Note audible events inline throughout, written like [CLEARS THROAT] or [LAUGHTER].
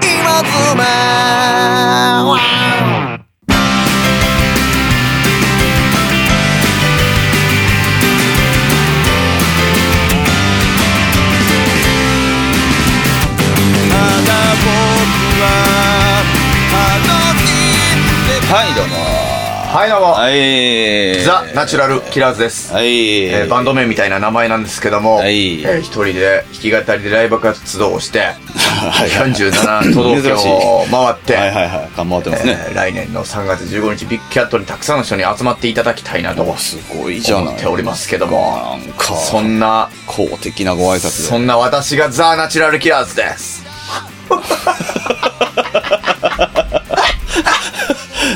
妻はい、どうも。はいどうも、はい。ザ・ナチュラル・キラーズです、はい。えーバンド名みたいな名前なんですけども、はいえー一人で弾き語りでライブ活動をして [LAUGHS] はいはい47都道府珍しい県を回って、はいはいはい。頑張ってますね。えー来年の3月15日ビッグキャットにたくさんの人に集まっていただきたいなとおすごいじゃない。思っておりますけどもなんか、そんな公的なご挨拶そで。んな私がザ・ナチュラル・キラーズです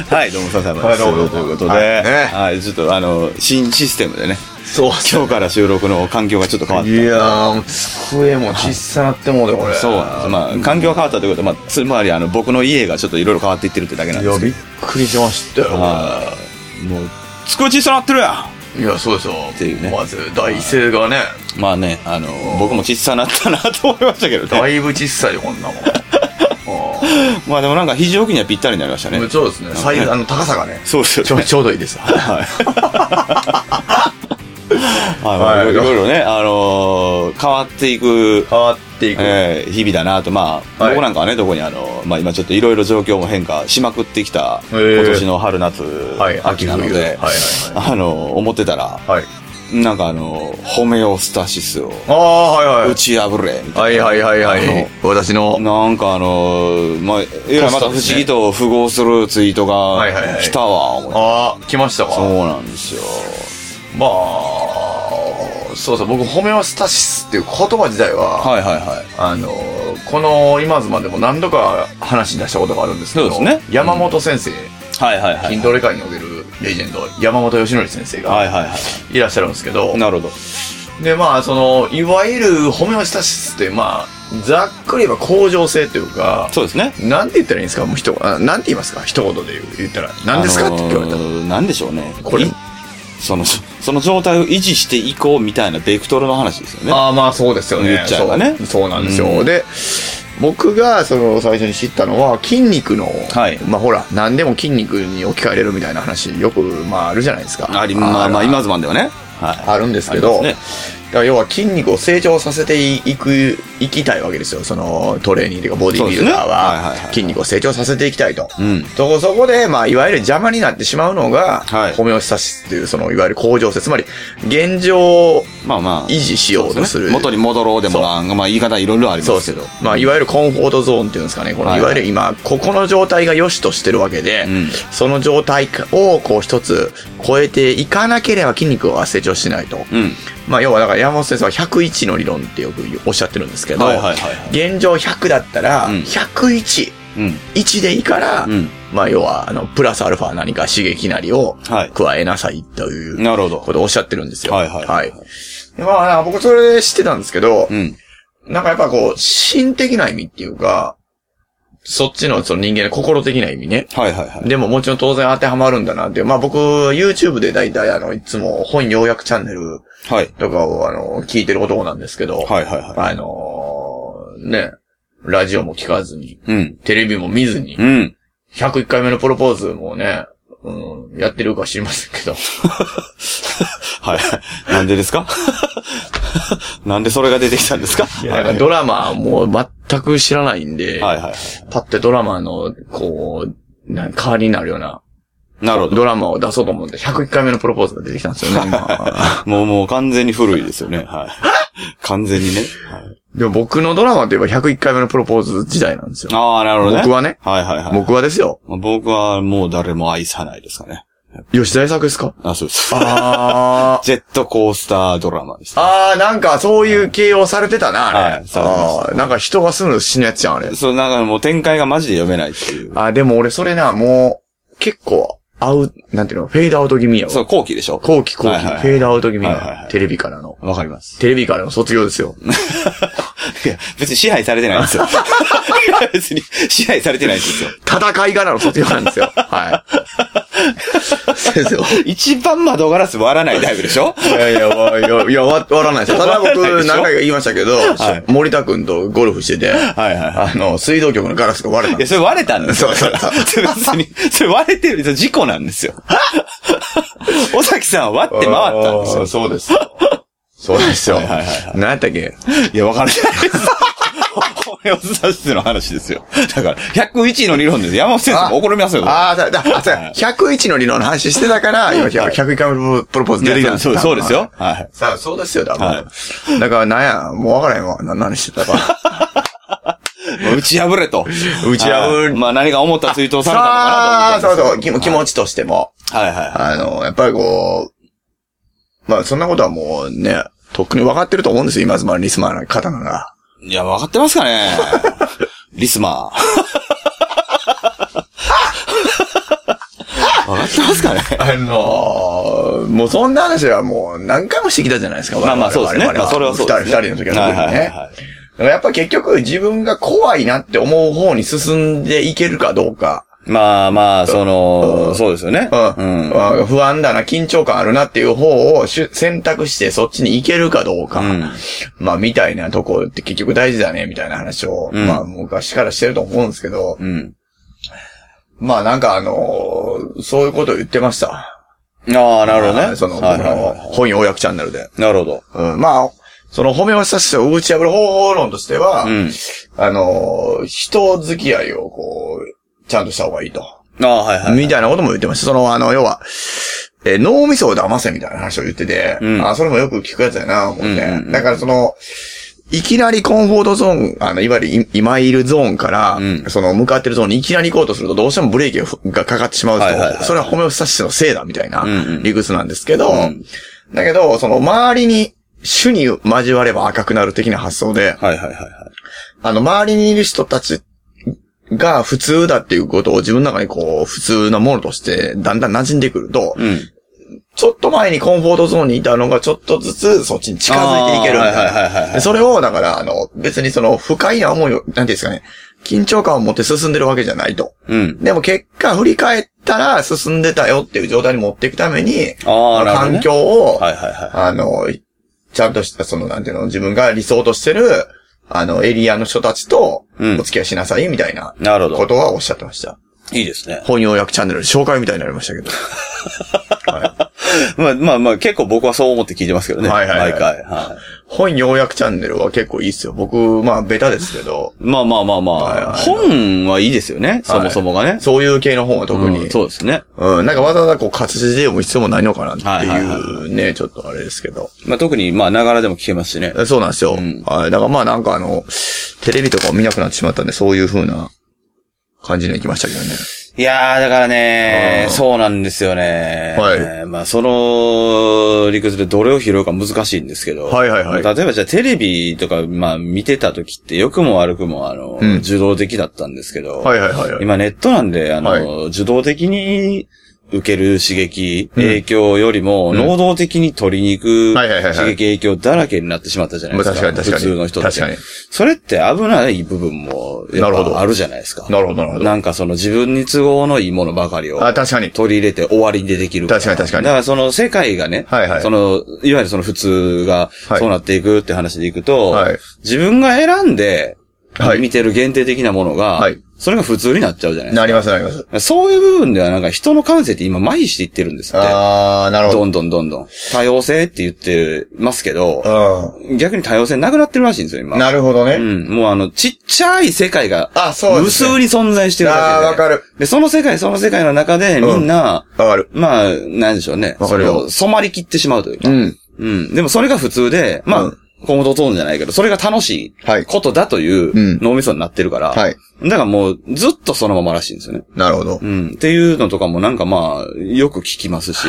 はい、どうも、笹山はでいす。どうもということで、はいねはい、ちょっとあの、新システムでね、そう今日から収録の環境がちょっと変わっいた。やーもう机も小さなってもうでこれそうなんです。まあ、環境が変わったということは、まあ、つまり、あの、僕の家がちょっといろいろ変わっていってるってだけなんいでやすけびどっ。くりしましたよはいもう、机小さなってるやんいやそうですよっていうねまず大勢がねまあね、あの、僕も小さなったなと思いましたけどねだ。いぶ小さいよこ [LAUGHS] んなもんあまあでもなんか非常にはぴったりになりましたねー。そうですねサイズあの高さがねそうですちよょね。ちょうどいいですはい。はいまあ、はいいろいろね、あのー変わっていく、変わっていくえー日々だなと、まあ、はい僕なんかはね、特にあの、まあ今ちょっといろいろ状況も変化しまくってきた、へー今年の春夏、はい秋なの秋冬はいで、はいあの、思ってたら、はいなんかあの、ホメオスタシスをああはいはい打ち破れ、みたいな。はいはいはいはい私のなんかあのーまあ、えらいまた不思議と符合するツイートはいはいがはい来たわ、思いああ来ましたかそうなんですよ。まあそうそう僕ホメオスタシスっていう言葉自体ははいはいはい。あのこの今妻でも何度か話に出したことがあるんですけどそうですね山本先生、はいはいはい。筋トレ界におけるレジェンド山本義則先生はいがはいはいらっしゃるんですけど、い。なるほど。でまあそのいわゆるホメオスタシスってまあざっくり言えば恒常性というかそうですね。なんて言ったらいいんですかもう人あなんて言いますか一言で言う言ったら何ですか、って言われたらら。何でしょうね。これいその、そその状態を維持していこうみたいなベクトルの話ですよね。ああまあそうですよね言っちゃえばねそうそうなんですよ、うんで僕がその最初に知ったのは筋肉の、はいまあほら何でも筋肉に置き換えれるみたいな話よくまああるじゃないですかあり、まあまあ、今あズマンではね。はあるんですけあどりまだから要は筋肉を成長させていくいきたいわけですよそのトレーニングというかボディビルダーそうですねはいはいははい筋肉を成長させていきたいと、い。うん。そこそこで、まあ、いわゆる邪魔になってしまうのが、はいホメオスタシスっていう、その、いわゆる向上性。つまり、現状をまあまあ。維持しようとすそうでる。ね元に戻ろうでもそうなんか、まあ言い方いろいろありますけど。まあ、いわゆるコンフォートゾーンっていうんですかね、このはいいはわいゆる今、ここの状態が良しとしてるわけで、うんその状態をこう一つ超えていかなければ筋肉は成長しないと。うん。まあ、要はだから山本先生は101の理論ってよくおっしゃってるんですけど、はいはいはいはい現状100だったら、うん101、うん。 1でいいから、うんまあ、要は、あの、プラスアルファ何か刺激なりをはい加えなさいというなるほどことをおっしゃってるんですよ。はいはいははいい。まあ、僕それ知ってたんですけど、うん。なんかやっぱこう、心的な意味っていうか、そっちのその人間の心的な意味ね。はいはいはい。でももちろん当然当てはまるんだなっていう。まあ僕、YouTube で大体あの、いつも本要約チャンネルはい。とかをあの、聞いてる男なんですけど、はいはいはあのーね、ラジオも聞かずに、い。うん。テレビも見ずに、うん。 101回目のプロポーズもね、うん、やってるか知りませんけど。はい。 [LAUGHS] なんでですか [LAUGHS] なんでそれが出てきたんですかいや、なんかドラマもう全く知らないんで、はいはいは。パッてドラマの、こう、なんか代わりになるようないなるほど。ドラマを出そうと思って、101回目のプロポーズが出てきたんです [LAUGHS] よね、今もうもう完全に古いですよね。 [LAUGHS] はい。完全にね。はい、でも僕のドラマといえば101回目のプロポーズ時代なんですよ。ああ、なるほどね。僕はねはいはいはい。僕はですよ。まあ僕はもう誰も愛さないですかね。吉田栄作ですかあ、そうです。あ [LAUGHS] ー。ジェットコースタードラマです。あー、なんかそういう形容されてたな、あれ。はいされてましあーなんか人が住む死ぬやつじゃん、あれ。そう、なんかもう展開がマジで読めないっていう。あー、でも俺それな、もう、結構、合う、なんていうの、フェードアウト気味やわ。そう、後期でしょ後期後期、はいはいはいフェードアウト気味はいはいはのいテレビからの。わかります。テレビからの卒業ですよ。いや、別に支配されてないんです [LAUGHS] よ。いや別に支配されてないんですよ。戦いからの卒業なんですよ。はい。 [LAUGHS] 先生は。一番窓ガラス割らないタイプでしょいやいや、わいや、いや、わ、わらないですよ。ただ僕、わらないで何しょ回か言いましたけど、はい森田くんとゴルフしてて、はいはいはあの、水道局のガラスが割れたいや、んです。それ割れたんですよ。そうそうそれ別に、それ割れてる、それ事故なんです [LAUGHS] よ。尾崎さんは割って回ったんですあーよ。そうです。そうです [LAUGHS] よ。はいはいはい何やったっけいや、わからないです。骨を刺しての話ですよ。だから、101の理論です。山本先生も怒りますよ。ああ、だ、だ、あそうや101の理論の話してたから、今、101回目プロポーズい出やてきたんそうそうですよ。。はい。さあ、そうですよ、だかはら。だから、なんや、もうわからへんわ。な何してたか。もう [LAUGHS] 打ち破れと。打ち破れはいまあ何が思ったツイートをされたのさかなとあ、そう思ったそんですう、気よも気持ちとしても。はいはいはあの、やっぱりこう、まあ、そんなことはもうね、とっくに分かってると思うんですよ、今妻のリスマーの方なら。い。いや、分かってますかねリスマー。分かってますかねあのー、もうそんな話はもう何回もしてきたじゃないですか、まあまあそうですね。まあそれはそうです、ね。 2人の時ははい特はにいはいはね。い。だからやっぱ結局自分が怖いなって思う方に進んでいけるかどうか。まあまあ、その、そうですよね。うん。うん。まあ不安だな、緊張感あるなっていう方をしゅ選択してそっちに行けるかどうか。うんまあ、みたいなとこって結局大事だね、みたいな話を、うんまあ、昔からしてると思うんですけど、うん。まあ、なんかあのーそういうことを言ってました。ああ、なるほどはね。いその、はいはい僕はの本要約チャンネルで。い。なるほど。うん、まあ、その褒めをした人を打ち破る方法論としては、うん。あのー人付き合いをこう、ちゃんとした方がいいと。ああ、はいはい。みたいなことも言ってました。その、あの、要は、えー脳みそを騙せみたいな話を言ってて、うんあ、それもよく聞くやつやな、思って。うんうんうんだからその、いきなりコンフォートゾーン、あの、いわゆるい今いるゾーンから、うんその向かってるゾーンにいきなり行こうとするとどうしてもブレーキがふがかかってしまうと、はいはいはいはいそれはホメオスタシスのせいだみたいなうんうん理屈なんですけど、うんだけど、その周りに、種に交われば赤くなる的な発想はで、いはいはいはあの、周りにいる人たちが普通だっていうことを自分の中にこう、普通なものとして、だんだん馴染んでくると、い。うん。ちょっと前にコンフォートゾーンにいたのが、ちょっとずつそっちに近づいていけるみたいなあーはいはいはいはいでそれを、だから、あの、別にその、不快な思いを、なんていうんですかね、緊張感を持って進んでるわけじゃないと。うん。でも結果、振り返ったら進んでたよっていう状態に持っていくために、ああ、なるほど、ね。環境を、はいはいはい。あの、ちゃんとした、その、なんていうの、自分が理想としてる、あの、エリアの人たちと、うんお付き合いしなさい、みたいな、なるほことはおっしゃってました。ど。いいですね。本要約チャンネルで紹介みたいになりましたけど。まあまあまあ、結構僕はそう思って聞いてますけどね。はいはいはい毎回。はい本要約チャンネルは結構いいっすよ。僕、まあ、ベタですけど、まあまあまあまはいあ。はい本はいいですよね。そもそもがね。そういう系の本は特うにん。そうですね。うん、なんかわざわざこう、活字で読む必要もないのかなってはいはいいうね、ちょっとあれですけど。まあ特に、まあ、ながらでも聞けますしね。そうなんですよ。んはい。だからまあなんかあの、テレビとかを見なくなってしまったんで、そういう風な感じに行きましたけどね。いやー、だからねう、んそうなんですよね。はいまあ、その、理屈でどれを拾うか難しいんですけど。はいはいはい例えばじゃあテレビとか、まあ、見てた時って、良くも悪くも、あの、うん受動的だったんですけど。はいはいはいはい。今ネットなんで、あの、はい受動的に受ける刺激、うん影響よりも、ん能動的に取りに行くはいはいはいはい刺激影響だらけになってしまったじゃないですか。まあ確かに確かに普通の人って。確かにそれって危ない部分も、やっなるほどぱあるじゃないですか。なるほどなるほどなんかその自分に都合のいいものばかりを。あ、確かに。取り入れて終わりでできるら確かに確かにだからその世界がね、はいはいその、いわゆるその普通がはいそうなっていくって話でいくと、はい自分が選んではい見てる限定的なものが、はいそれが普通になっちゃうじゃないですかなりますなります。そういう部分ではなんか人の感性って今麻痺していってるんですって。あー、なるどほんどんどんどん。多様性って言ってますけど、ど。逆に多様性なくなってるらしいんですよ、う今。ん。なるほどね。うん。もうあの、ちっちゃい世界が、あ、そう無です、数ね。に存在してるだけで。あーわかる。で、その世界、その世界の中で、みんな、わかる。まあ、なんでしょうね。わかそるれよを染まりきってしまうというか。うん。うん。でもそれが普通で、まあ、うんコムドトーンじゃないけど、それが楽しはいいことだといううん脳みそになってるから、はい。だからもうずっとそのままらしいんですよね。なるほどう。ん。っていうのとかもなんかまあ、よく聞きますし。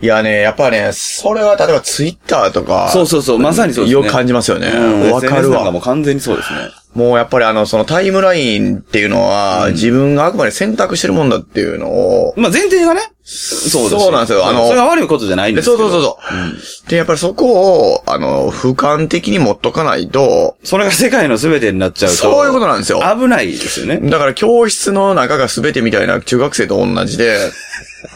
いやね、やっぱね、それは例えばツイッターとか。そうそうそう、まさにそうですね。よく感じますよねうんわか SNS るわなんかもう完全にそうですね。もうやっぱりあの、そのタイムラインっていうのは、自分があくまで選択してるもんだっていうのを、まあ前提がね、そうですそうなんですよあのそれが悪いことじゃないんでですけど。そうそうそうそう、で、やっぱりそこを、あの、俯瞰的に持っとかないと、それが世界の全てになっちゃうと。そういうことなんですよ危ないですよね。 [LAUGHS] だから教室の中が全てみたいな中学生と同じで、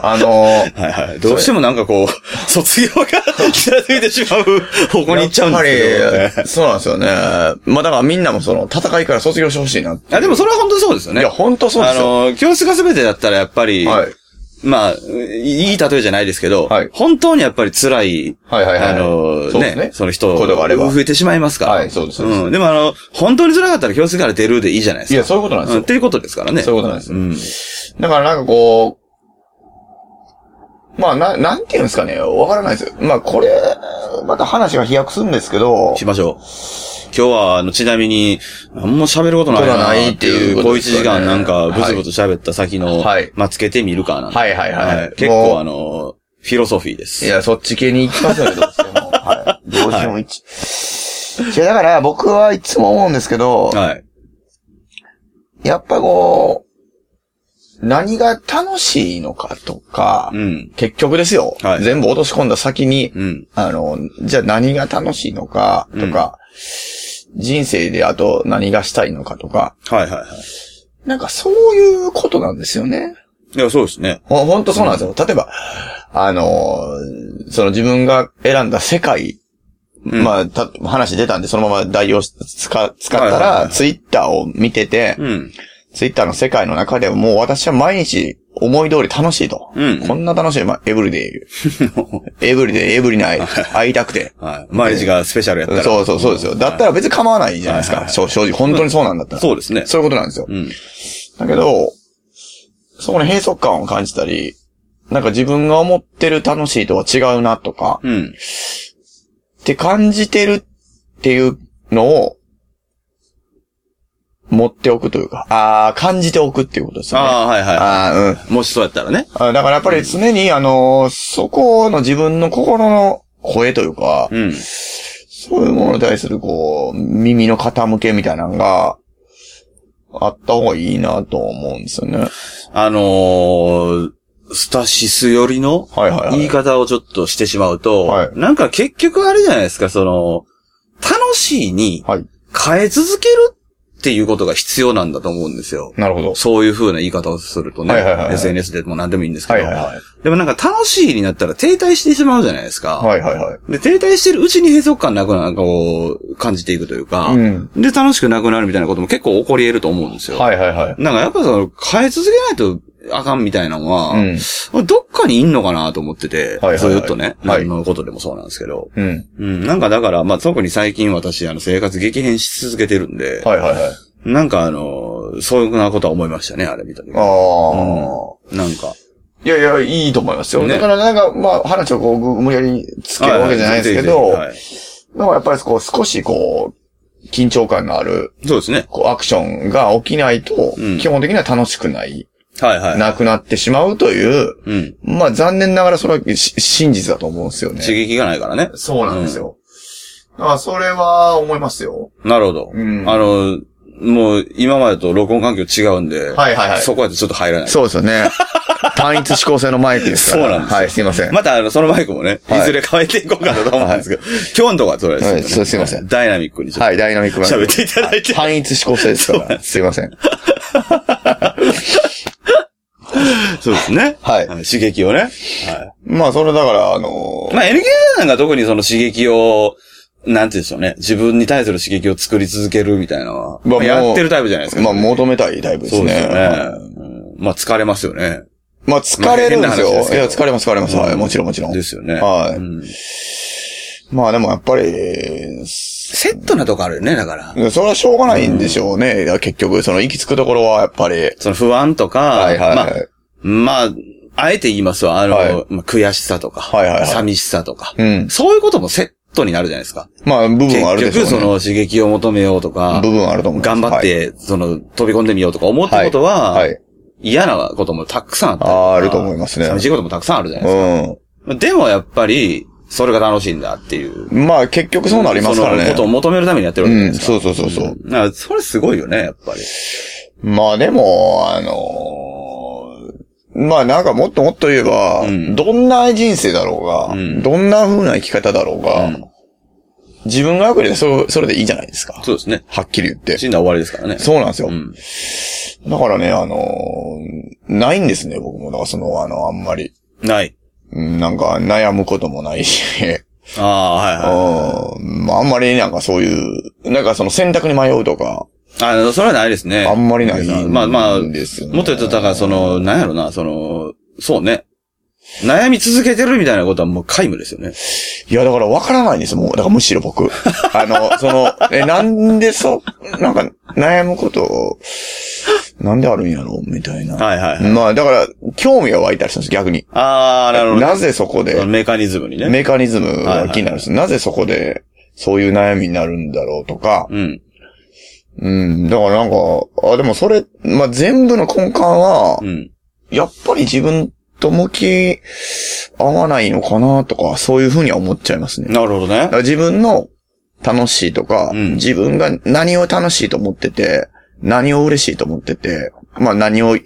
あの、はいはい。どうしてもなんかこう、卒業が近づいてしまう方向に行っちゃうんやでっすけぱり、そうなんですよね。まあだからみんなもその、戦いから卒業してほしいな。いど。あ、でもそれは本当にそうですよね。や、ほんとそうであすよ。の、教室が全てだったらやっぱり、はい。まあ、いい例えじゃないですけど、はい本当にやっぱり辛い、はいはいはいあの、そうでねすねその人、ことがあれば増えてしまいますから。はいそうですそうですん。でもあの、本当に辛かったら教室から出るでいいじゃないですいか。や、そういうことなんですうん、っよ。ていうことですからね。そういうことなんですようん。だからなんかこう、まあ、な、なんていうんですかね、わからないですよ。まあ、これ、また話が飛躍するんですけど、しましょう。今日は、あの、ちなみに、あんま喋ることないことながないっってい、ていううここうと1ですよ時ね間なんか、ブツブツ喋った先の、はいまあ、つけてみるかな。はいはいはい結も構うあの、フィロソフィーです。いや、そっち系に行きますよね、どうしても。 [LAUGHS] はい。どうしても一。いや、だから僕はいつも思うんですけど、はい。やっぱこう、何が楽しいのかとか、うん。結局ですよ、はい全部落とし込んだ先に、うん。あの、じゃあ何が楽しいのかとか、人生であと何がしたいのかとか、はいはいはい。なんかそういうことなんですよね。いや、そうですね。ほほんとそうなんですよ。例えば、あの、その自分が選んだ世界、うんまあ、た、話出たんで、そのまま代用し、使、使っはたいはいはいはいら、ツイッターを見てて、うん。ツイッターの世界の中でもう私は毎日思い通り楽しいと。うんこんな楽しい、まあ、エブリデ [LAUGHS] イ。エブリデイ、エブリナイ、会いたくて。はい。毎日がスペシャルやったら。そうそう、そうですよ。だったら別に構わないじゃないですはいか。はい正正直、本当にそうなんだったら。そうですね。そういうことなんですよ。うん。だけど、そこに閉塞感を感じたり、なんか自分が思ってる楽しいとは違うなとか、うん。って感じてるっていうのを、持っておくというか、ああ、感じておくっていうことですよね。ああ、はいはあー、うい。ん。もしそうやったらね。あだからやっぱり常に、あのーそこの自分の心の声というか、うん。そういうものに対する、こう、耳の傾けみたいなのが、あった方がいいなと思うんですよね。あのー、スタシス寄りのはいはいはい言い方をちょっとしてしまうと、はいなんか結局あれじゃないですか、その、楽しいにはい。変え続けるっていうことが必要なんだと思うんですよ。なるほど。そういう風な言い方をするとね、はいはいはいはい SNS でも何でもいいんですけはど、いはいはい。でもなんか楽しいになったら停滞してしまうじゃないですか。はいはいはい。で、停滞してるうちに閉塞感なくな、こう、感じていくというか、うんで、楽しくなくなるみたいなことも結構起こり得ると思うんですよ。はいはいはい。なんかやっぱその、変え続けないとあかんみたいなのは、うん。どっかにいんのかなと思ってて、はいはいはいずっとね、はい何のことでもそうなんですけど、うん。うん、なんかだから、まあ、特に最近私、あの、生活激変し続けてるんで、はいはいはい。なんかあの、そういうふうなことは思いましたね、あれ見た時。ああ、なんか。いやいや、いいと思いますよ。ねだからなんか、まあ、話をこう、ぐ無理やりつけるわけじゃないですけど、はいはいぜひぜでもやっぱりこう、少しこう、緊張感のある、ひはいそうですね。こう、アクションが起きないとうん、基本的には楽しくない、はいはい。なくなってしまうという、うん。まあ残念ながらそれはし真実だと思うんですよね。刺激がないからね。そうなんですよ。だからそれは思いますよ。なるほど。うんあの、もう今までと録音環境違うんで、はいはいはいそこやとちょっと入らない。そうです [LAUGHS] よね。単一指向性のマイクですから。そうなんですよはい、すいません。またあの、そのマイクもね、はい、いずれ変えていこうかなと思うんですけど、今日のとこはそれですよね、はいそうすいませんダイナミックにちょっはい、ダイナミックマイとク。喋っていただいて、単一指向性ですかそうなんら。すいません。そうですね。はい刺激をね。はい。まあ、それだから、あのーまあ、NK なんか特にその刺激を、なんて言うんでしょうね。自分に対する刺激を作り続けるみたいなのは、ままああもうやってるタイプじゃないですか。まあ、求めたいタイプですそうね。ですよねはい。うんまあ、疲れますよね。まあ、疲れるんですよ。まあ変な話ですいけどや、疲れます、疲れます。はい、もちろん、もちろん。ですよね。はいうんまあ、でもやっぱり、すセットなとこあるよね、だから。それはしょうがないんでしょうね。いや結局、その行き着くところはやっぱり。その不安とか、はいはいはい。まあ、まあ、あえて言いますわ。あの、はいまあ、悔しさとか、はいはいはい寂しさとか、うん。そういうこともセットになるじゃないですか。まあ、部分はあるで結しょう局、ね。その刺激を求めようとか、部分はあると思う。頑張っ。て、その、飛び込んでみようとか思ったことは、はい。はい嫌なこともたくさんあったりとかあーあると思いますね寂しいこともたくさんあるじゃないうですん。か。でもやっぱり、それが楽しいんだっていう。まあ結局そうなりますからね。そのことを求めるためにやってるわうけじゃないん、ですか。そうそうそうそう。うん。だからそれすごいよね、やっぱり。まあでも、あのーまあなんかもっともっと言えば、うんどんな人生だろうが、うんどんな風な生き方だろうが、うん自分が良ければそそれでいいじゃないですか。そうですね。はっきり言って。死んだら終わりですからね。そうなんですよ。うん。だからね、あのーないんですね、僕も。だからその、あの、あんまり。ない。うんなんか、悩むこともないし。ああ、はいはい。 [LAUGHS] うん。まあ、あんまりなんかそういう、なんかその選択に迷うとか、あ、それはないですね。あんまりないまあまあ、もっですよねと言うと、だからその、なんやろな、その、そうね。悩み続けてるみたいなことはもう皆無ですよね。いや、だから分からないんです、もう。だからむしろ僕。あの、その、え、なんでそ、なんか、悩むこと、なんであるんやろみたいな。はいはいはい。まあ、だから、興味が湧いたりするんです、逆に。ああ、なるほど。なぜそこそので、メカニズムにね。メカニズムが気になるんです。なぜそこで、そういう悩みになるんだろうとか。うん。うん、だからなんか、あ、でもそれ、まあ、全部の根幹はう、ん。やっぱり自分と向き合わないのかなとか、そういうふうには思っちゃいますね。なるほどねだか。ら自分の楽しいとか、うん自分が何を楽しいと思ってて、何を嬉しいと思ってて、まあ何を、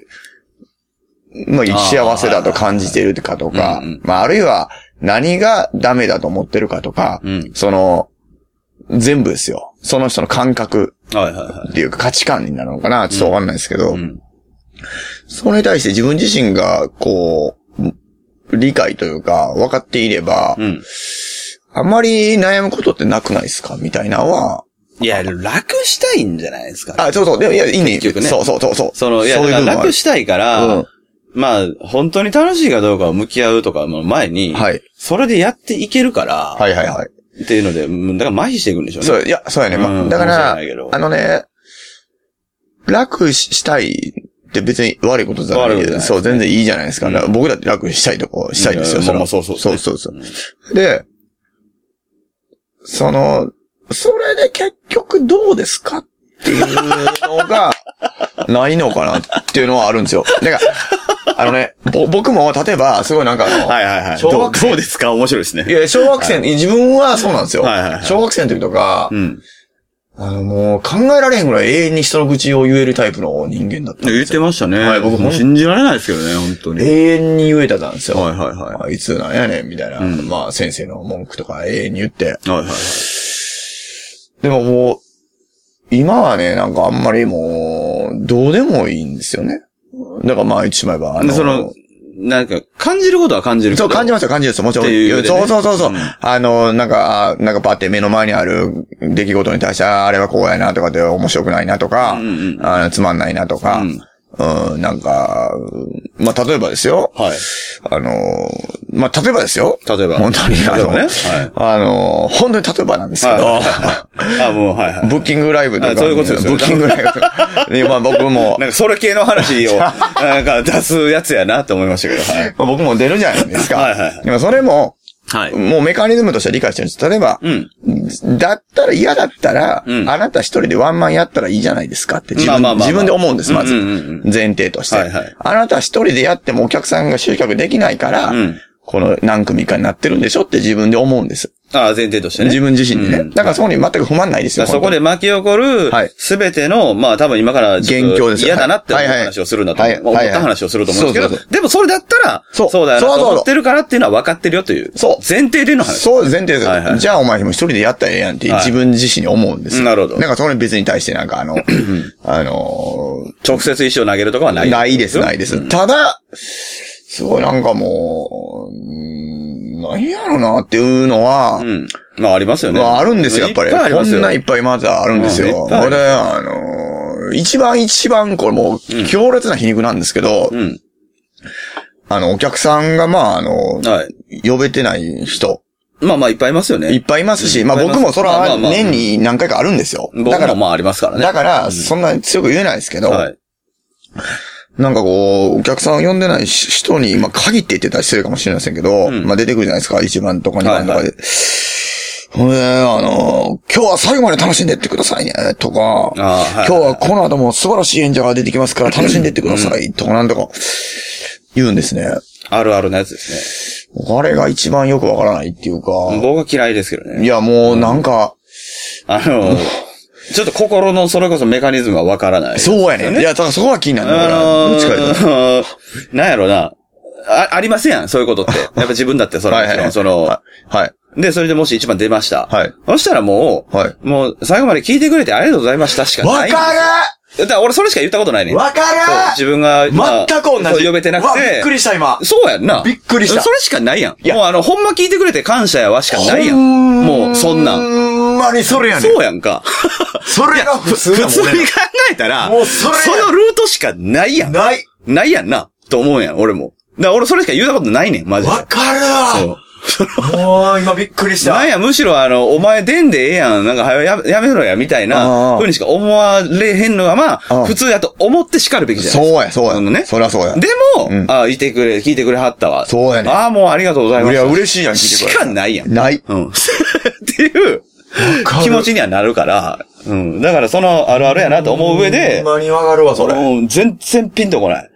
まあー幸せだと感じてるかとはいはいかはいうんうん、まああるいは何がダメだと思ってるかとかう、ん。その、全部ですよ。その人の感覚はいはいはっていうか価値観になるのかなちょっとわかんないですけい。ど、うん。それに対して自分自身が、こう、理解というか、分かっていれば、うん。あまり悩むことってなくないですかみたいなのは、いや、楽したいんじゃないですか。あ、そうそう、でも、いや、いいね。結局ねそうそうそうそう。その、いや、そだういうか部ら分は楽したいから、うんまあ、本当に楽しいかどうかを向き合うとかの前に、はいそれでやっていけるから、はいはいはい。っていうので、うんだから麻痺していくんでしょうね。そう、いや、そうやね。まうんだかそうら、じゃないけどあのね、楽ししたいって別に悪いことじゃな悪いい。ことじゃないそう、全然いいじゃないですか。うんだから僕だって楽したいとこしたいですよ。うんれはまあそうそうそうそうそう。で、その、それで結局どうですかっていうのが、ないのかなっていうのはあるんですよ。だから、あのね、ぼ僕も例えば、すごいなんかあ [LAUGHS] の、はいはいはい。小どう学生どうですか面白いですいね。や、小学生、自分はそうなんですよ。はいはいはい小学生の時とか、うん。あの、もう考えられへんぐらい永遠に人の愚痴を言えるタイプの人間だったん言でっすてよ。ましたね。はい僕ももう信じられないですけどね、本当に。永遠に言えてたんですよ。はいはいはい。あいつなんやねん、みたいな。うんまあ、先生の文句とか永遠に言って。はいはいはい。でももう、今はね、なんかあんまりもう、どうでもいいんですよね。だからまあ、言ってしまえば、あでその、なんか、感じることは感じるけそどう、感じますよ、感じますよ。もちろん。っていう上でねそうそうそうそう、うんあの、なんか、あなんかパって目の前にある出来事に対して、ああれはこうやなとかで面白くないなとか、うんうんうんあのつまんないなとか、ううんん、なんか、まあ、例えばですよ。はい。あの、まあ、例えばですよ。例えば。本当に、あ例えの、ばね。あの、本当に例えばなんですけはい。ど、はい。あ、もう、はいはい。 [LAUGHS] ブッキングライブとか、あそういうことですよブッキングライブとか。 [LAUGHS] でまあ、僕も、なんか、それ系の話 [LAUGHS] を、なんか、出すやつやなと思いましたけど、はい。まあ僕も出るじゃないですか。はいはいはいでもそれも、はい。もうメカニズムとしては理解してるんです。例えば、うん。だったら嫌だったら、うんあなた一人でワンマンやったらいいじゃないですかって自分,、まあまあまあまあ自分で思うんです、まず。うんうんう前提として、はいはいあなた一人でやってもお客さんが集客できないから、うんこの何組かになってるんでしょって自分で思うんです。ああ、前提としてね。自分自身でね。うんだからそこに全く不満ないですよ。そこで本巻き起こるはい、すべての、まあ多分今からちょっと元凶ですよ嫌だなって思うはいはい話をするんだとはい思う。はい思った話をすると思うんですそうけそうそど、でもそれだったら、そうそうだよなそうそうとそう思ってるからっていうのは分かってるよという。そう前提での当話。にそう、前提です、はいはいじゃあお前も一人でやったらええやんってはい自分自身に思うんですよ。なるほどだからそこに別に対してなん [CLEARS THROAT] かあの、あの直接石を投げるとかはない。ないです、ないです。ただ、すごいなんかもう、うーんなんやろなっていうのは、うん。まあありますよね。まああるんですよ、やっぱり。いぱいありこますよんないっぱいまだあるんですうんいよ。っぱいあこるれ、あのー一番一番、これもう、強烈な皮肉なんですけど、うん。あの、お客さんが、まあ、あの、はい。呼べてない人、まあまあいっぱいいますよいっね。ぱいいますうし、んまあいっぱいい僕ますもそれまあまはあまあ年に何回かあるんですよ。僕だからも、まあありますからねだ。から、そんなに強く言えないですけど、はい。なんかこう、お客さんを呼んでないし人に、まあ、限って言ってたら失礼かもしれませんけど、んまあ、出てくるじゃないですか、一番とか二番とかはいはで。ほんで、あの、今日は最後まで楽しんでってくださいね、とか、あーはい今日はこの後も素晴らしい演者が出てき [LAUGHS] ますから楽しんでってください、とかなんとか、言うんですね。あるあるなやつですあれが一番よくわからないっていうか、ね。僕は嫌いですけどいね。や、もうなんか、あ [LAUGHS] の、ちょっと心のそれこそメカニズムがわからない。そうやねん。いや、だからそこは気になるだから、どっちか言うとあの、なんやろな。あ、ありませんやん、そういうことって。やっぱ自分だって、それはもちろん、その、はいはい。で、それでもし一番出ました。はいそしたらもう、はいもう、最後まで聞いてくれてありがとうございましたしかわない。かだるから俺それしか言ったことないねん。わからんそう自分が、まあ全く同そうじ。呼べてなくうわびてっく。りした今。そうやんな。びっくりしたそれしかないやいやん。もうあの、ほんま聞いてくれて感謝やわしかないやん。もう、そんなん。ほんまにそれやねん。そうやんか。それが普通普な通もんにね。考えたら、もうそれやんのルートしかないやん。ない。ないやんな。と思うやん、俺も。だから俺それしか言ったことないねん、マジで。わかるそうわ。もう今びっくりしなたん。や、むしろあの、お前出んでええやん、なんか早ややめろや、みたいあな、あふうにしか思われへんのが、まああ、あ普通やと思って叱るべきじゃないそうや、そうあや。のねそりゃそうや。でも、うんああ、いてくれ、聞いてくれはったわ。そうやねああ、もうありがとうございます。いや嬉しいやん聞いてくれしかないやん。ない。うん。 [LAUGHS] っていうかる気持ちにはなるから、うん。だからそのあるあるやなと思う上で、ほんまにわかるわ、それ。うん全然ピンとこない。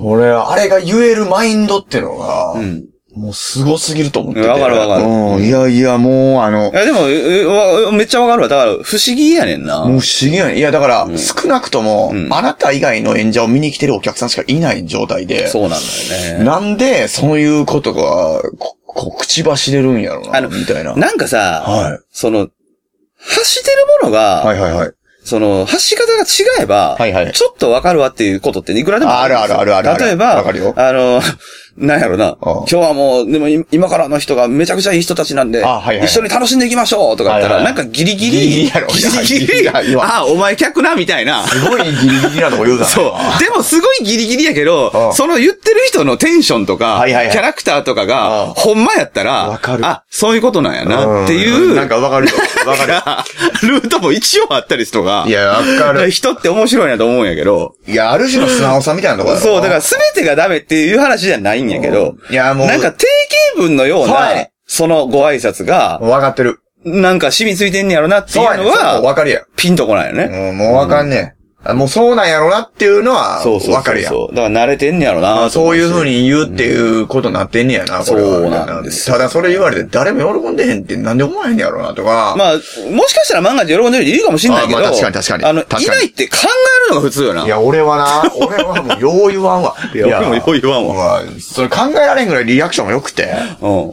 俺、あれが言えるマインドってのが、うん。もう凄すぎると思ってて。わかるわかるうん、いやいや、もうあのい、や、でもううわ、めっちゃわかるわ。だから、不思議やねんな。もう不思議やね。いや、だから、少なくとも、うんあなた以外の演者を見に来てるお客さんしかいない状態で、そうなんだよね。なんで、そういうことが、こ、こう口走れるんやろうあのな、みたいな。なんかさ、はいその、発してるものが、はいはいはい。その、発し方が違えば、はいはいちょっとわかるわっていうことっていくらでもんですよあるあるあるある例えわかるよば、あの、なんやろな、今日はもう、でもい今からの人がめちゃくちゃいい人たちなんで、あはいはい一緒に楽しんでいきましょうとか言ったら、はいはいなんかギリギリ、ギリギリやろギリギいやギリギリリや言わんああ、お前客な、みたいな。すごいギリギリなとこ言う [LAUGHS] だそう。でもすごいギリギリやけうど、んその言ってる人のテンションとか、はいはいはいキャラクターとかうんが、ほんまやったらわか、るあ、そういうことなんやなっていんう、なんかわかるよ。わかる。 [LAUGHS] ルートも一応あったりするとか、いや、わか [LAUGHS] る。人って面白いなと思うんやけど、いや、ある種の素直さみたいなところそう、だから全てがダメっていう話じゃないんやけど、いや、もう、なんか定型文のようは、ないそのご挨拶が、わかってる。なんか染みついてんねやろなっていうそうやねのん。そうもうは、わかるやん。ピンとこないよね。うん、もうわかんねえ。あもうそうなんやろなっていうのは、そうそうそう。わかるやん。そう。だから慣れてんねやろなあと思そういうし風に言うっていうことになってんねやな、これはそうなんですただそれ言われて誰も喜んでへんってなんで思わへんねやろうなとか。まあ、もしかしたら漫画で喜んでる人いるかもしれないけど。あまあ確かに確かにあの、確かにいないって考えるのが普通よな。いや、俺はな、俺はもうよう言わんわ。 [LAUGHS] い俺もよう言わんわまあそれ考えられんぐらいリアクションが良くて。うん。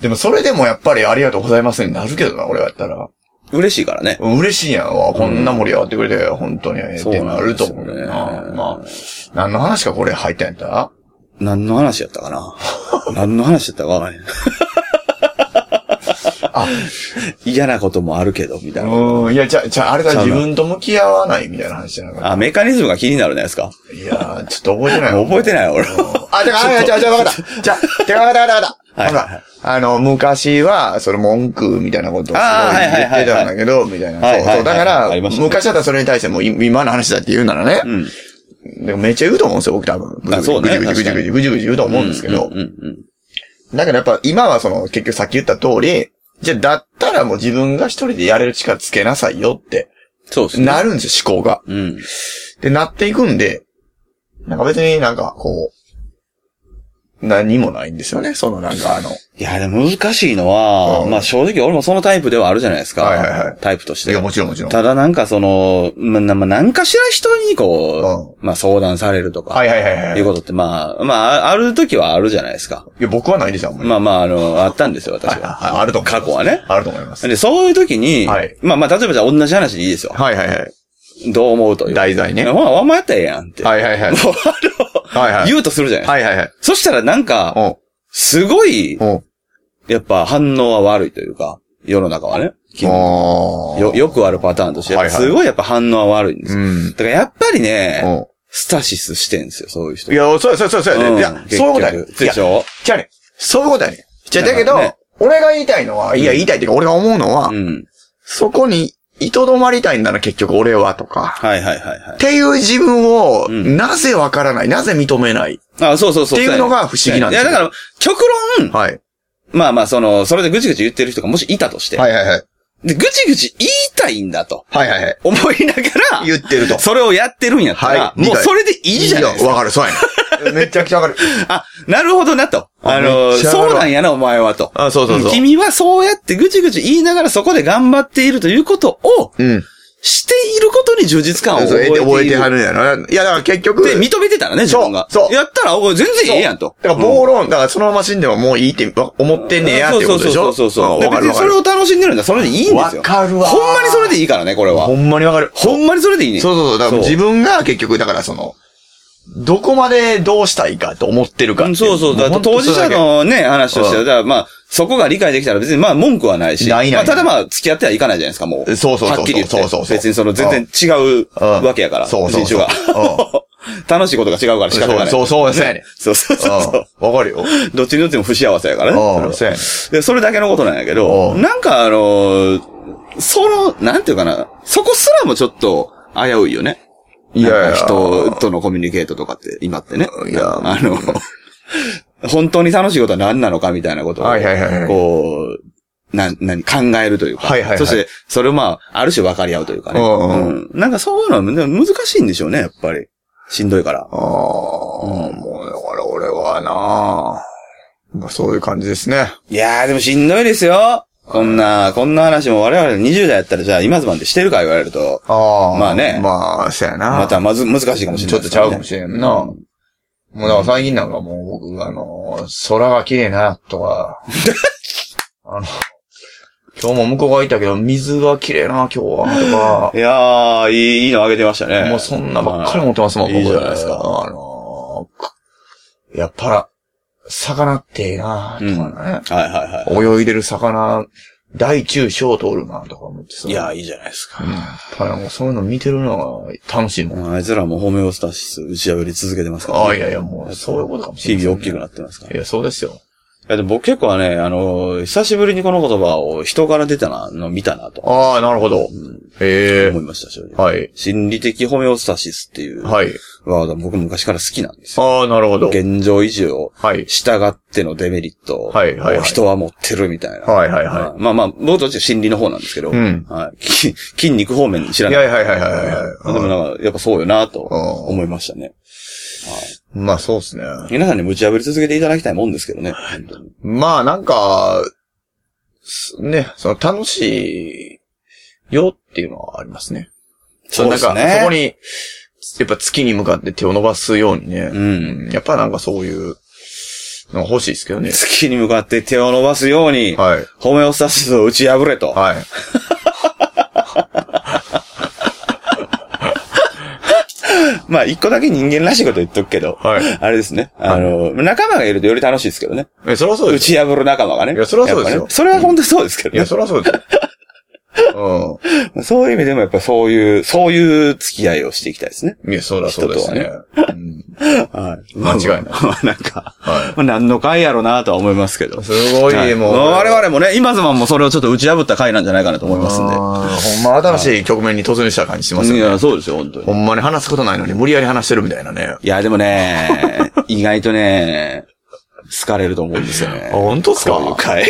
でもそれでもやっぱりありがとうございますになるけどな、俺はやったら。嬉しいからね。嬉しいやんわ。こんな盛り上がってくれて、本当に、ええってなると思うそうな。なんですよねまあ、何の話かこれ入ったんやったら何の話やったかな何の話やったかわからへん。あ、嫌なこともあるけど、みたいな。うん、いや、じゃ、じゃ、あれだ、ちゃう自な分と向き合わないみたいな話じゃなかっあ、メカニズムが気になるじゃないですか。た。いやー、ちょっと覚えてないわ。覚えてないよ俺。あ、てか、あ、じゃあ、じゃあ、わかった。じゃあ、てか、わかった、わかった、わかった。はいほら、あの、昔は、その文句みたいなことをすごいあーはいはいは言っいはいてたんだけど、みたいはな。いそうはいそう。だかあらりまし、たね昔だったらそれに対しても、い今の話だって言うならねう、ん。でもめっちゃ言うと思うんですよ、僕多分。あそうぐねじぐじぐじぐじぐじぐじ言うと思うんですけどうん。うんだからやっぱ今はその結局さっき言った通り、じゃあだったらもう自分が一人でやれる力つけなさいよって、そうですね。なるんですよ、思考が。うん。で、なっていくんで、なんか別になんかこう、何もないんですよね、そのなんかあの、いや、でも難しいのは、うんまあ正直俺もそのタイプではあるじゃないですか。はいはいはいタイプとしいてや。もちろんもちろん。ただなんかその、ま、なまなんかしら人にこう、まあ相談されるとか、はいはいはいはい。いいうことって、まあ、まあ、あある時はあるじゃないですか。や、僕はないですよ、あんまり。まあまあ、あの、あったんですよ、私はいは。はいあると思います。過去はねあると思います。で、そういう時に、はいまあまあ、例えばじゃあ同じ話でいいですよ。はいはいはい。どう思うという。題材ね。ほはら、あんまやったらええやんって。いはいは [LAUGHS] い。もうあのはいはい。言うとするじゃないですか。はいはいはい。そしたらなんか、おうすごい、おうやっぱ反応は悪いというか、世の中はね。おうよ、よくあるパターンとして、やっぱはいはいすごいやっぱ反応は悪いんですうよ。ん。だからやっぱりね、おうスタシスしてんですよ、そういう人。いや、そうやそうやそうやそうやうんね。いや、そういうことやね。結局でしょじゃあね、そういうことやね。じゃあ、だだかけらどね、俺が言いたいのは、いや、言いたいっていうか、俺が思うのは、うん。そこに、いとどまりたいんだな、結局俺は、とか。はいはいはいはっていう自分を、うんなぜわからない、なぜ認めない。い。あ、そうそうそう。っていうのが不思議なんですよいや、だから、極論、はい。まあまあ、その、それでぐちぐち言ってる人がもしいたとして、いはいはい。で、ぐちぐち言いたいんだとはいはいはい。思いながら、言ってると。それをやってるんやったら、はい理もう解それで [LAUGHS] いいじゃないですよか。わかる、そうやね。 [LAUGHS] めちゃくちゃわかる。あ、なるほどなと。ああの、めっちゃわかそるうなんやな、お前はと。あ、そうそうそう。君はそうやってぐちぐち言いながらそこで頑張っているということを、うん。していることに充実感をそう覚えている。覚えてはるんやろ。いや、だから結局。で、認めてたらね、自分が。そうそうやったら、おい全然ええやんと。だから、暴論、だからそのまま死んでももういいって思ってんねやってことでしょそうそうそうそう。んでわか別るにわそかれる。を楽しんでるんだ。それでいいんですよ。わかるわほんまにそれでいいからね、これは。ほほんまにわかる。んまにそれでいいね。そうそうそう。だから自分が結局、だからその、どこまでどうしたいかと思ってるかっうていんそうそう。だから当事者。ものうね、話としてうは、んだからまあ、そこが理解できたら別にまあ文句はないし。ないないまあただまあ、付き合ってはいかないじゃないですか、もう。そうそうそうはっきり言って。そうそうそう別にその全然違ううんわけやから。そうそうそう人種が。 [LAUGHS] 楽しいことが違うから仕方がない。そうそうそうそうやねそうそうそそううそそうそうう。うんわかるよ。どっちにとっても不幸せやからね。それうはん、そうやねで、それだけのことなんやけど、うんなんかあのーその、なんていうかな、そこすらもちょっと危ういよね。いやいやなんか人とのコミュニケートとかって、今ってね。いやあの、本当に楽しいことは何なのかみたいなことを、はいはいはいはいこう、な、なに、考えるというか。はいはいはいそして、それをまあ、ある種分かり合うというかね。うんうんんなんかそういうのはね難しいんでしょうね、やっぱり。しんどいから。ああ、もう、だから俺はななんかそういう感じですね。いやー、でもしんどいですよ。こんな、こんな話も我々20代やったらじゃあ今ズまでしてるか言われると、ああ。まあねまあ、そうやな。またまず難しいかもしれない、ちょっとちゃうかもしれんな。うんもうだから最近なんかもう僕、あの、空が綺麗な、[LAUGHS] とか。あの、今日も向こうがいたけど、水が綺麗な、今日は、いやー、いいいいのあげてましたとね。か。もうそんなばっかり思ってますもはん、いいい僕じゃないですかあの、くやっぱら、魚ってええな、とかね。り。はいはいは泳いでる魚、大中小通るな、とか思ってさ。い。いやー、いいじゃないですか。うん、やっぱりもうそういうの見てるのが楽しいもん。もうあいつらもホメオスタシス打ち破り続けてますから、あいやいや、もう、そういうことかもしれ日ない。々大きくなってますから。いいや、そうですよ。や、でも僕結構ね、あのー、久しぶりにこの言葉を人から出たな、の見たなとああ、なるほど。へ思いました、正直え。はい。心理的ホメオスタシスっていうはい。ワードは僕昔から好きなんですよ。ああ、なるほど。現状維持をはい。従ってのデメリットをはいはいはい人は持ってるみたいな。はいはいはまあまあ、僕たちは心理の方なんですけど、うんはい、 [LAUGHS] き筋肉方面に知らい。いない。やいやはいはいはいでもはなんか、やっぱそうよなとうん思いましたね。い。まあそうですね。皆さんにも打ち破り続けていただきたいもんですけどね。本当にまあなんか、すね、その楽しいよっていうのはありますね。そうですねなんかそこに、やっぱ月に向かって手を伸ばすようにね。んやっぱなんかそういうのが欲しいですけどね。月に向かって手を伸ばすように、はい。ホメオスタシスを打ち破れと。はい。まあ、一個だけ人間らしいこと言っとくけど、はいあれですね。あの、仲間がいるとより楽しいですけどね。え、そりゃそう打ですよ。ち破る仲間がね。いやそれはそうですよやっぱねそれは本当にそうですけどいねや、。そりゃそうですよ。そういう意味でもやっぱそういう、そういう付き合いをしていきたいですね。うん。いや、そりゃそうですね。うんはい。間違いない。まあなんか、はまあ何の回やろうなとは思いますけど。すご、はいいもう。まあ我々もね、今妻もそれをちょっと打ち破った回なんじゃないかなと思いますんで。あーほんま新しい局面に突入した感じしますいよね。や、そうですよ、本当ほに。んまに話すことないのに無理やり話してるみたいなね。いや、でも [LAUGHS] ね、意外とね、好かれると思うんですよね。本当っすこういう回。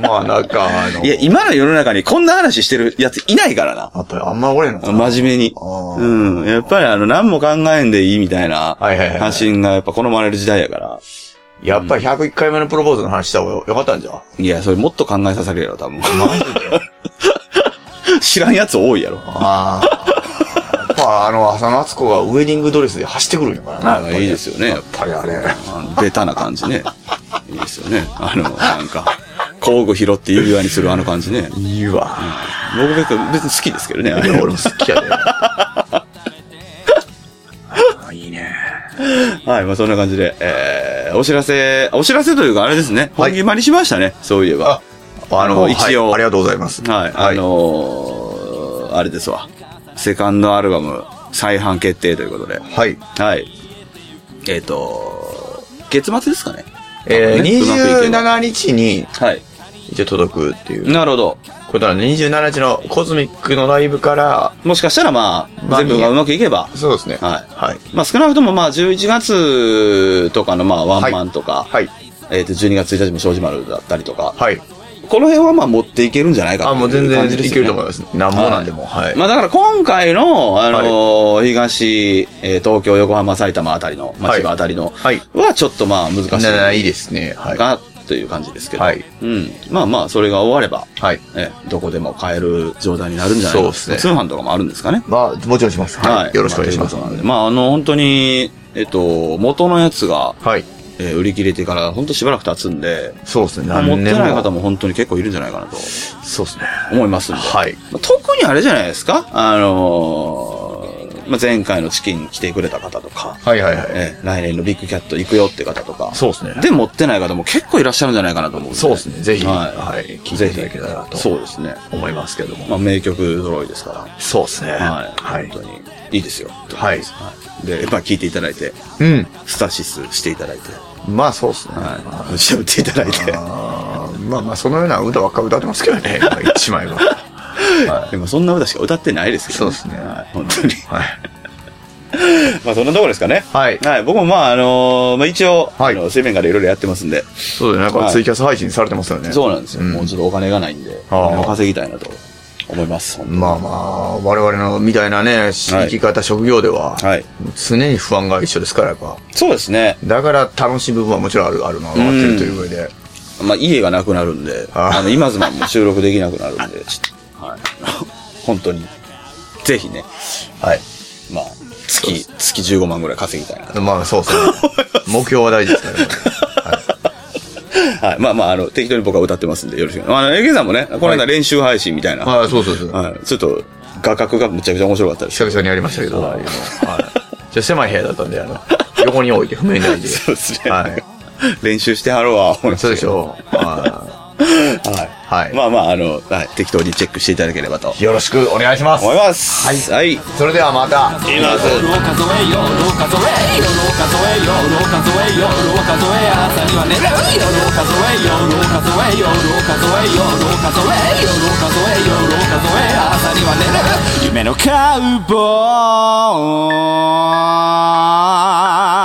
まあなんか、あの、いや、今の世の中にこんな話してるやついないからな。やっぱりあんま俺の。真面目に。あーうん。やっぱりあの、何も考えんでいいみたいな、はいはいはい発信がやっぱ好まれる時代やから。やっぱり101回目のプロポーズの話した方がよかったんじゃ。いや、それもっと考えさせるやろ、多分。 [LAUGHS] マジで。知らんやつ多いやろ。ああ。やっぱあの、浅野敦子がウェディングドレスで走ってくるんやからな。やっぱりいいですよね、やっやっぱりあれ。あのベタな感じね。 [LAUGHS] いいですよね。あの、なんか、工具拾って指輪にするあの感じね。いいわ。僕別に別に好きですけどね。あいれや、 [LAUGHS] 俺も好きやで。あーいいね。はい、まあそんな感じで、えー、お知らせ、お知らせというかあれですね。は本い決まりしましたね、そういえば。あもの、う一応はいありがとうございます。はい、あのー、あれですわ。セカンドアルバム、再販決定ということで。はい。はい。えっ、と月末ですかね。えー、ねうまくいけば27日に、はい。一応届くっていうなるほど。ことなんで、27日のコズミックのライブから、もしかしたらまあ、まあ全部がうまくいけば、そうですね。はい。はい。まあ、少なくともまあ11月とかのまあワンマンとか、はい。えー、と12月1日も庄司丸だったりとか、はい。この辺はまあ持っていけるんじゃないかあ、もうとい全感然じいですけよるねと思います。なんぼなんでも、はい。まあ、だから今回の、あのー東、えー東京、横浜、埼玉あたりの、まあ、はい千葉あたりの、はい。はちょっとまあ難しいなないですね。はい。が、という感じですけど。はい。うん。まあまあ、それが終われば、はい。ええ、どこでも買える状態になるんじゃないかそうですね通販とかもあるんですかね。まあ、もちろんします。はい。よろしくお願いします。まあということなんでまあ、あの、本当に、えっと、元のやつが、はい。えー売り切れてから、本当しばらく経つんで、そうですね。持って何年も。ない方も本当に結構いるんじゃないかなとそうですね。思いますんで。はい。まあ特にあれじゃないですかあのーまあ、前回のチキン来てくれた方とか、はいはいはい。えー来年のビッグキャット行くよって方とか、そうですね。で持ってない方も結構いらっしゃるんじゃないかなと思うんで。そうですね。ぜひ、はいはい。聞いていただけたらそとうですね。思いますけども。まあ、名曲揃いですかそうですね。ら。はい。はい。本当にいいですよ。はいはい。で、まあ、聞いていただいて、うん。スタシスしていただいて、まあそうですね。はい。喋っていただいて。あーまあまあ、そのような歌ばっか歌ってますけどね。まあ一枚は。でも、そんな歌しか歌ってないですけど、そうですねはい。本当に。はい。 [LAUGHS] まあ、そんなところですかね。はい。はい、僕もまあ、あのーまあ一応、はいあの水面下でいろいろやってますんで、そうだね。なんかツイキャス配信されてますよね。そうなんですよ、んもうちょっとお金がないんで、あーお金を稼ぎたいなと思います、本当にまあまあ、我々のみたいなね、生き方、職業では、はい。常に不安が一緒ですから、やっぱ。そうですね。だから楽しい部分はもちろんある、あるのは分かってるという上で。まあ、家がなくなるんで、あーあの、今妻も収録できなくなるんで、ちょっと、はい。本当に、ぜひね、はい。まあ、月、月15万ぐらい稼ぎたいなと。まあそうですね。 [LAUGHS] 目標は大事ですから、[LAUGHS] はね。い。まあまあ、あの、適当に僕は歌ってますんで、よろしく。まあ、あの、エゲさんもね、この間練習配信みたいな、はい、 [LAUGHS] そうそうそう。はい。ちょっと、画角がむちゃくちゃ面白かったです。 [LAUGHS] 久々にやりましたけど。はい。じゃあ狭い部屋だったんで、あの、横に置いて、踏め [LAUGHS] ないで。そうですね。はい。練習してはる [LAUGHS] わ、思いましたそうでしょう。は。はい。はいい。まあまあ、あの、はい、適当にチェックしていただければとよろしくお願いします思い。ます。はい。はい。それではまた。いきます。夜を数えよ夜を数え夜を数え夜を数え夜を数え朝には寝る夜を数え夜を数え夜を数え夜を数え夜を数え夜を数え朝には寝る夢のカウボ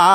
ーイ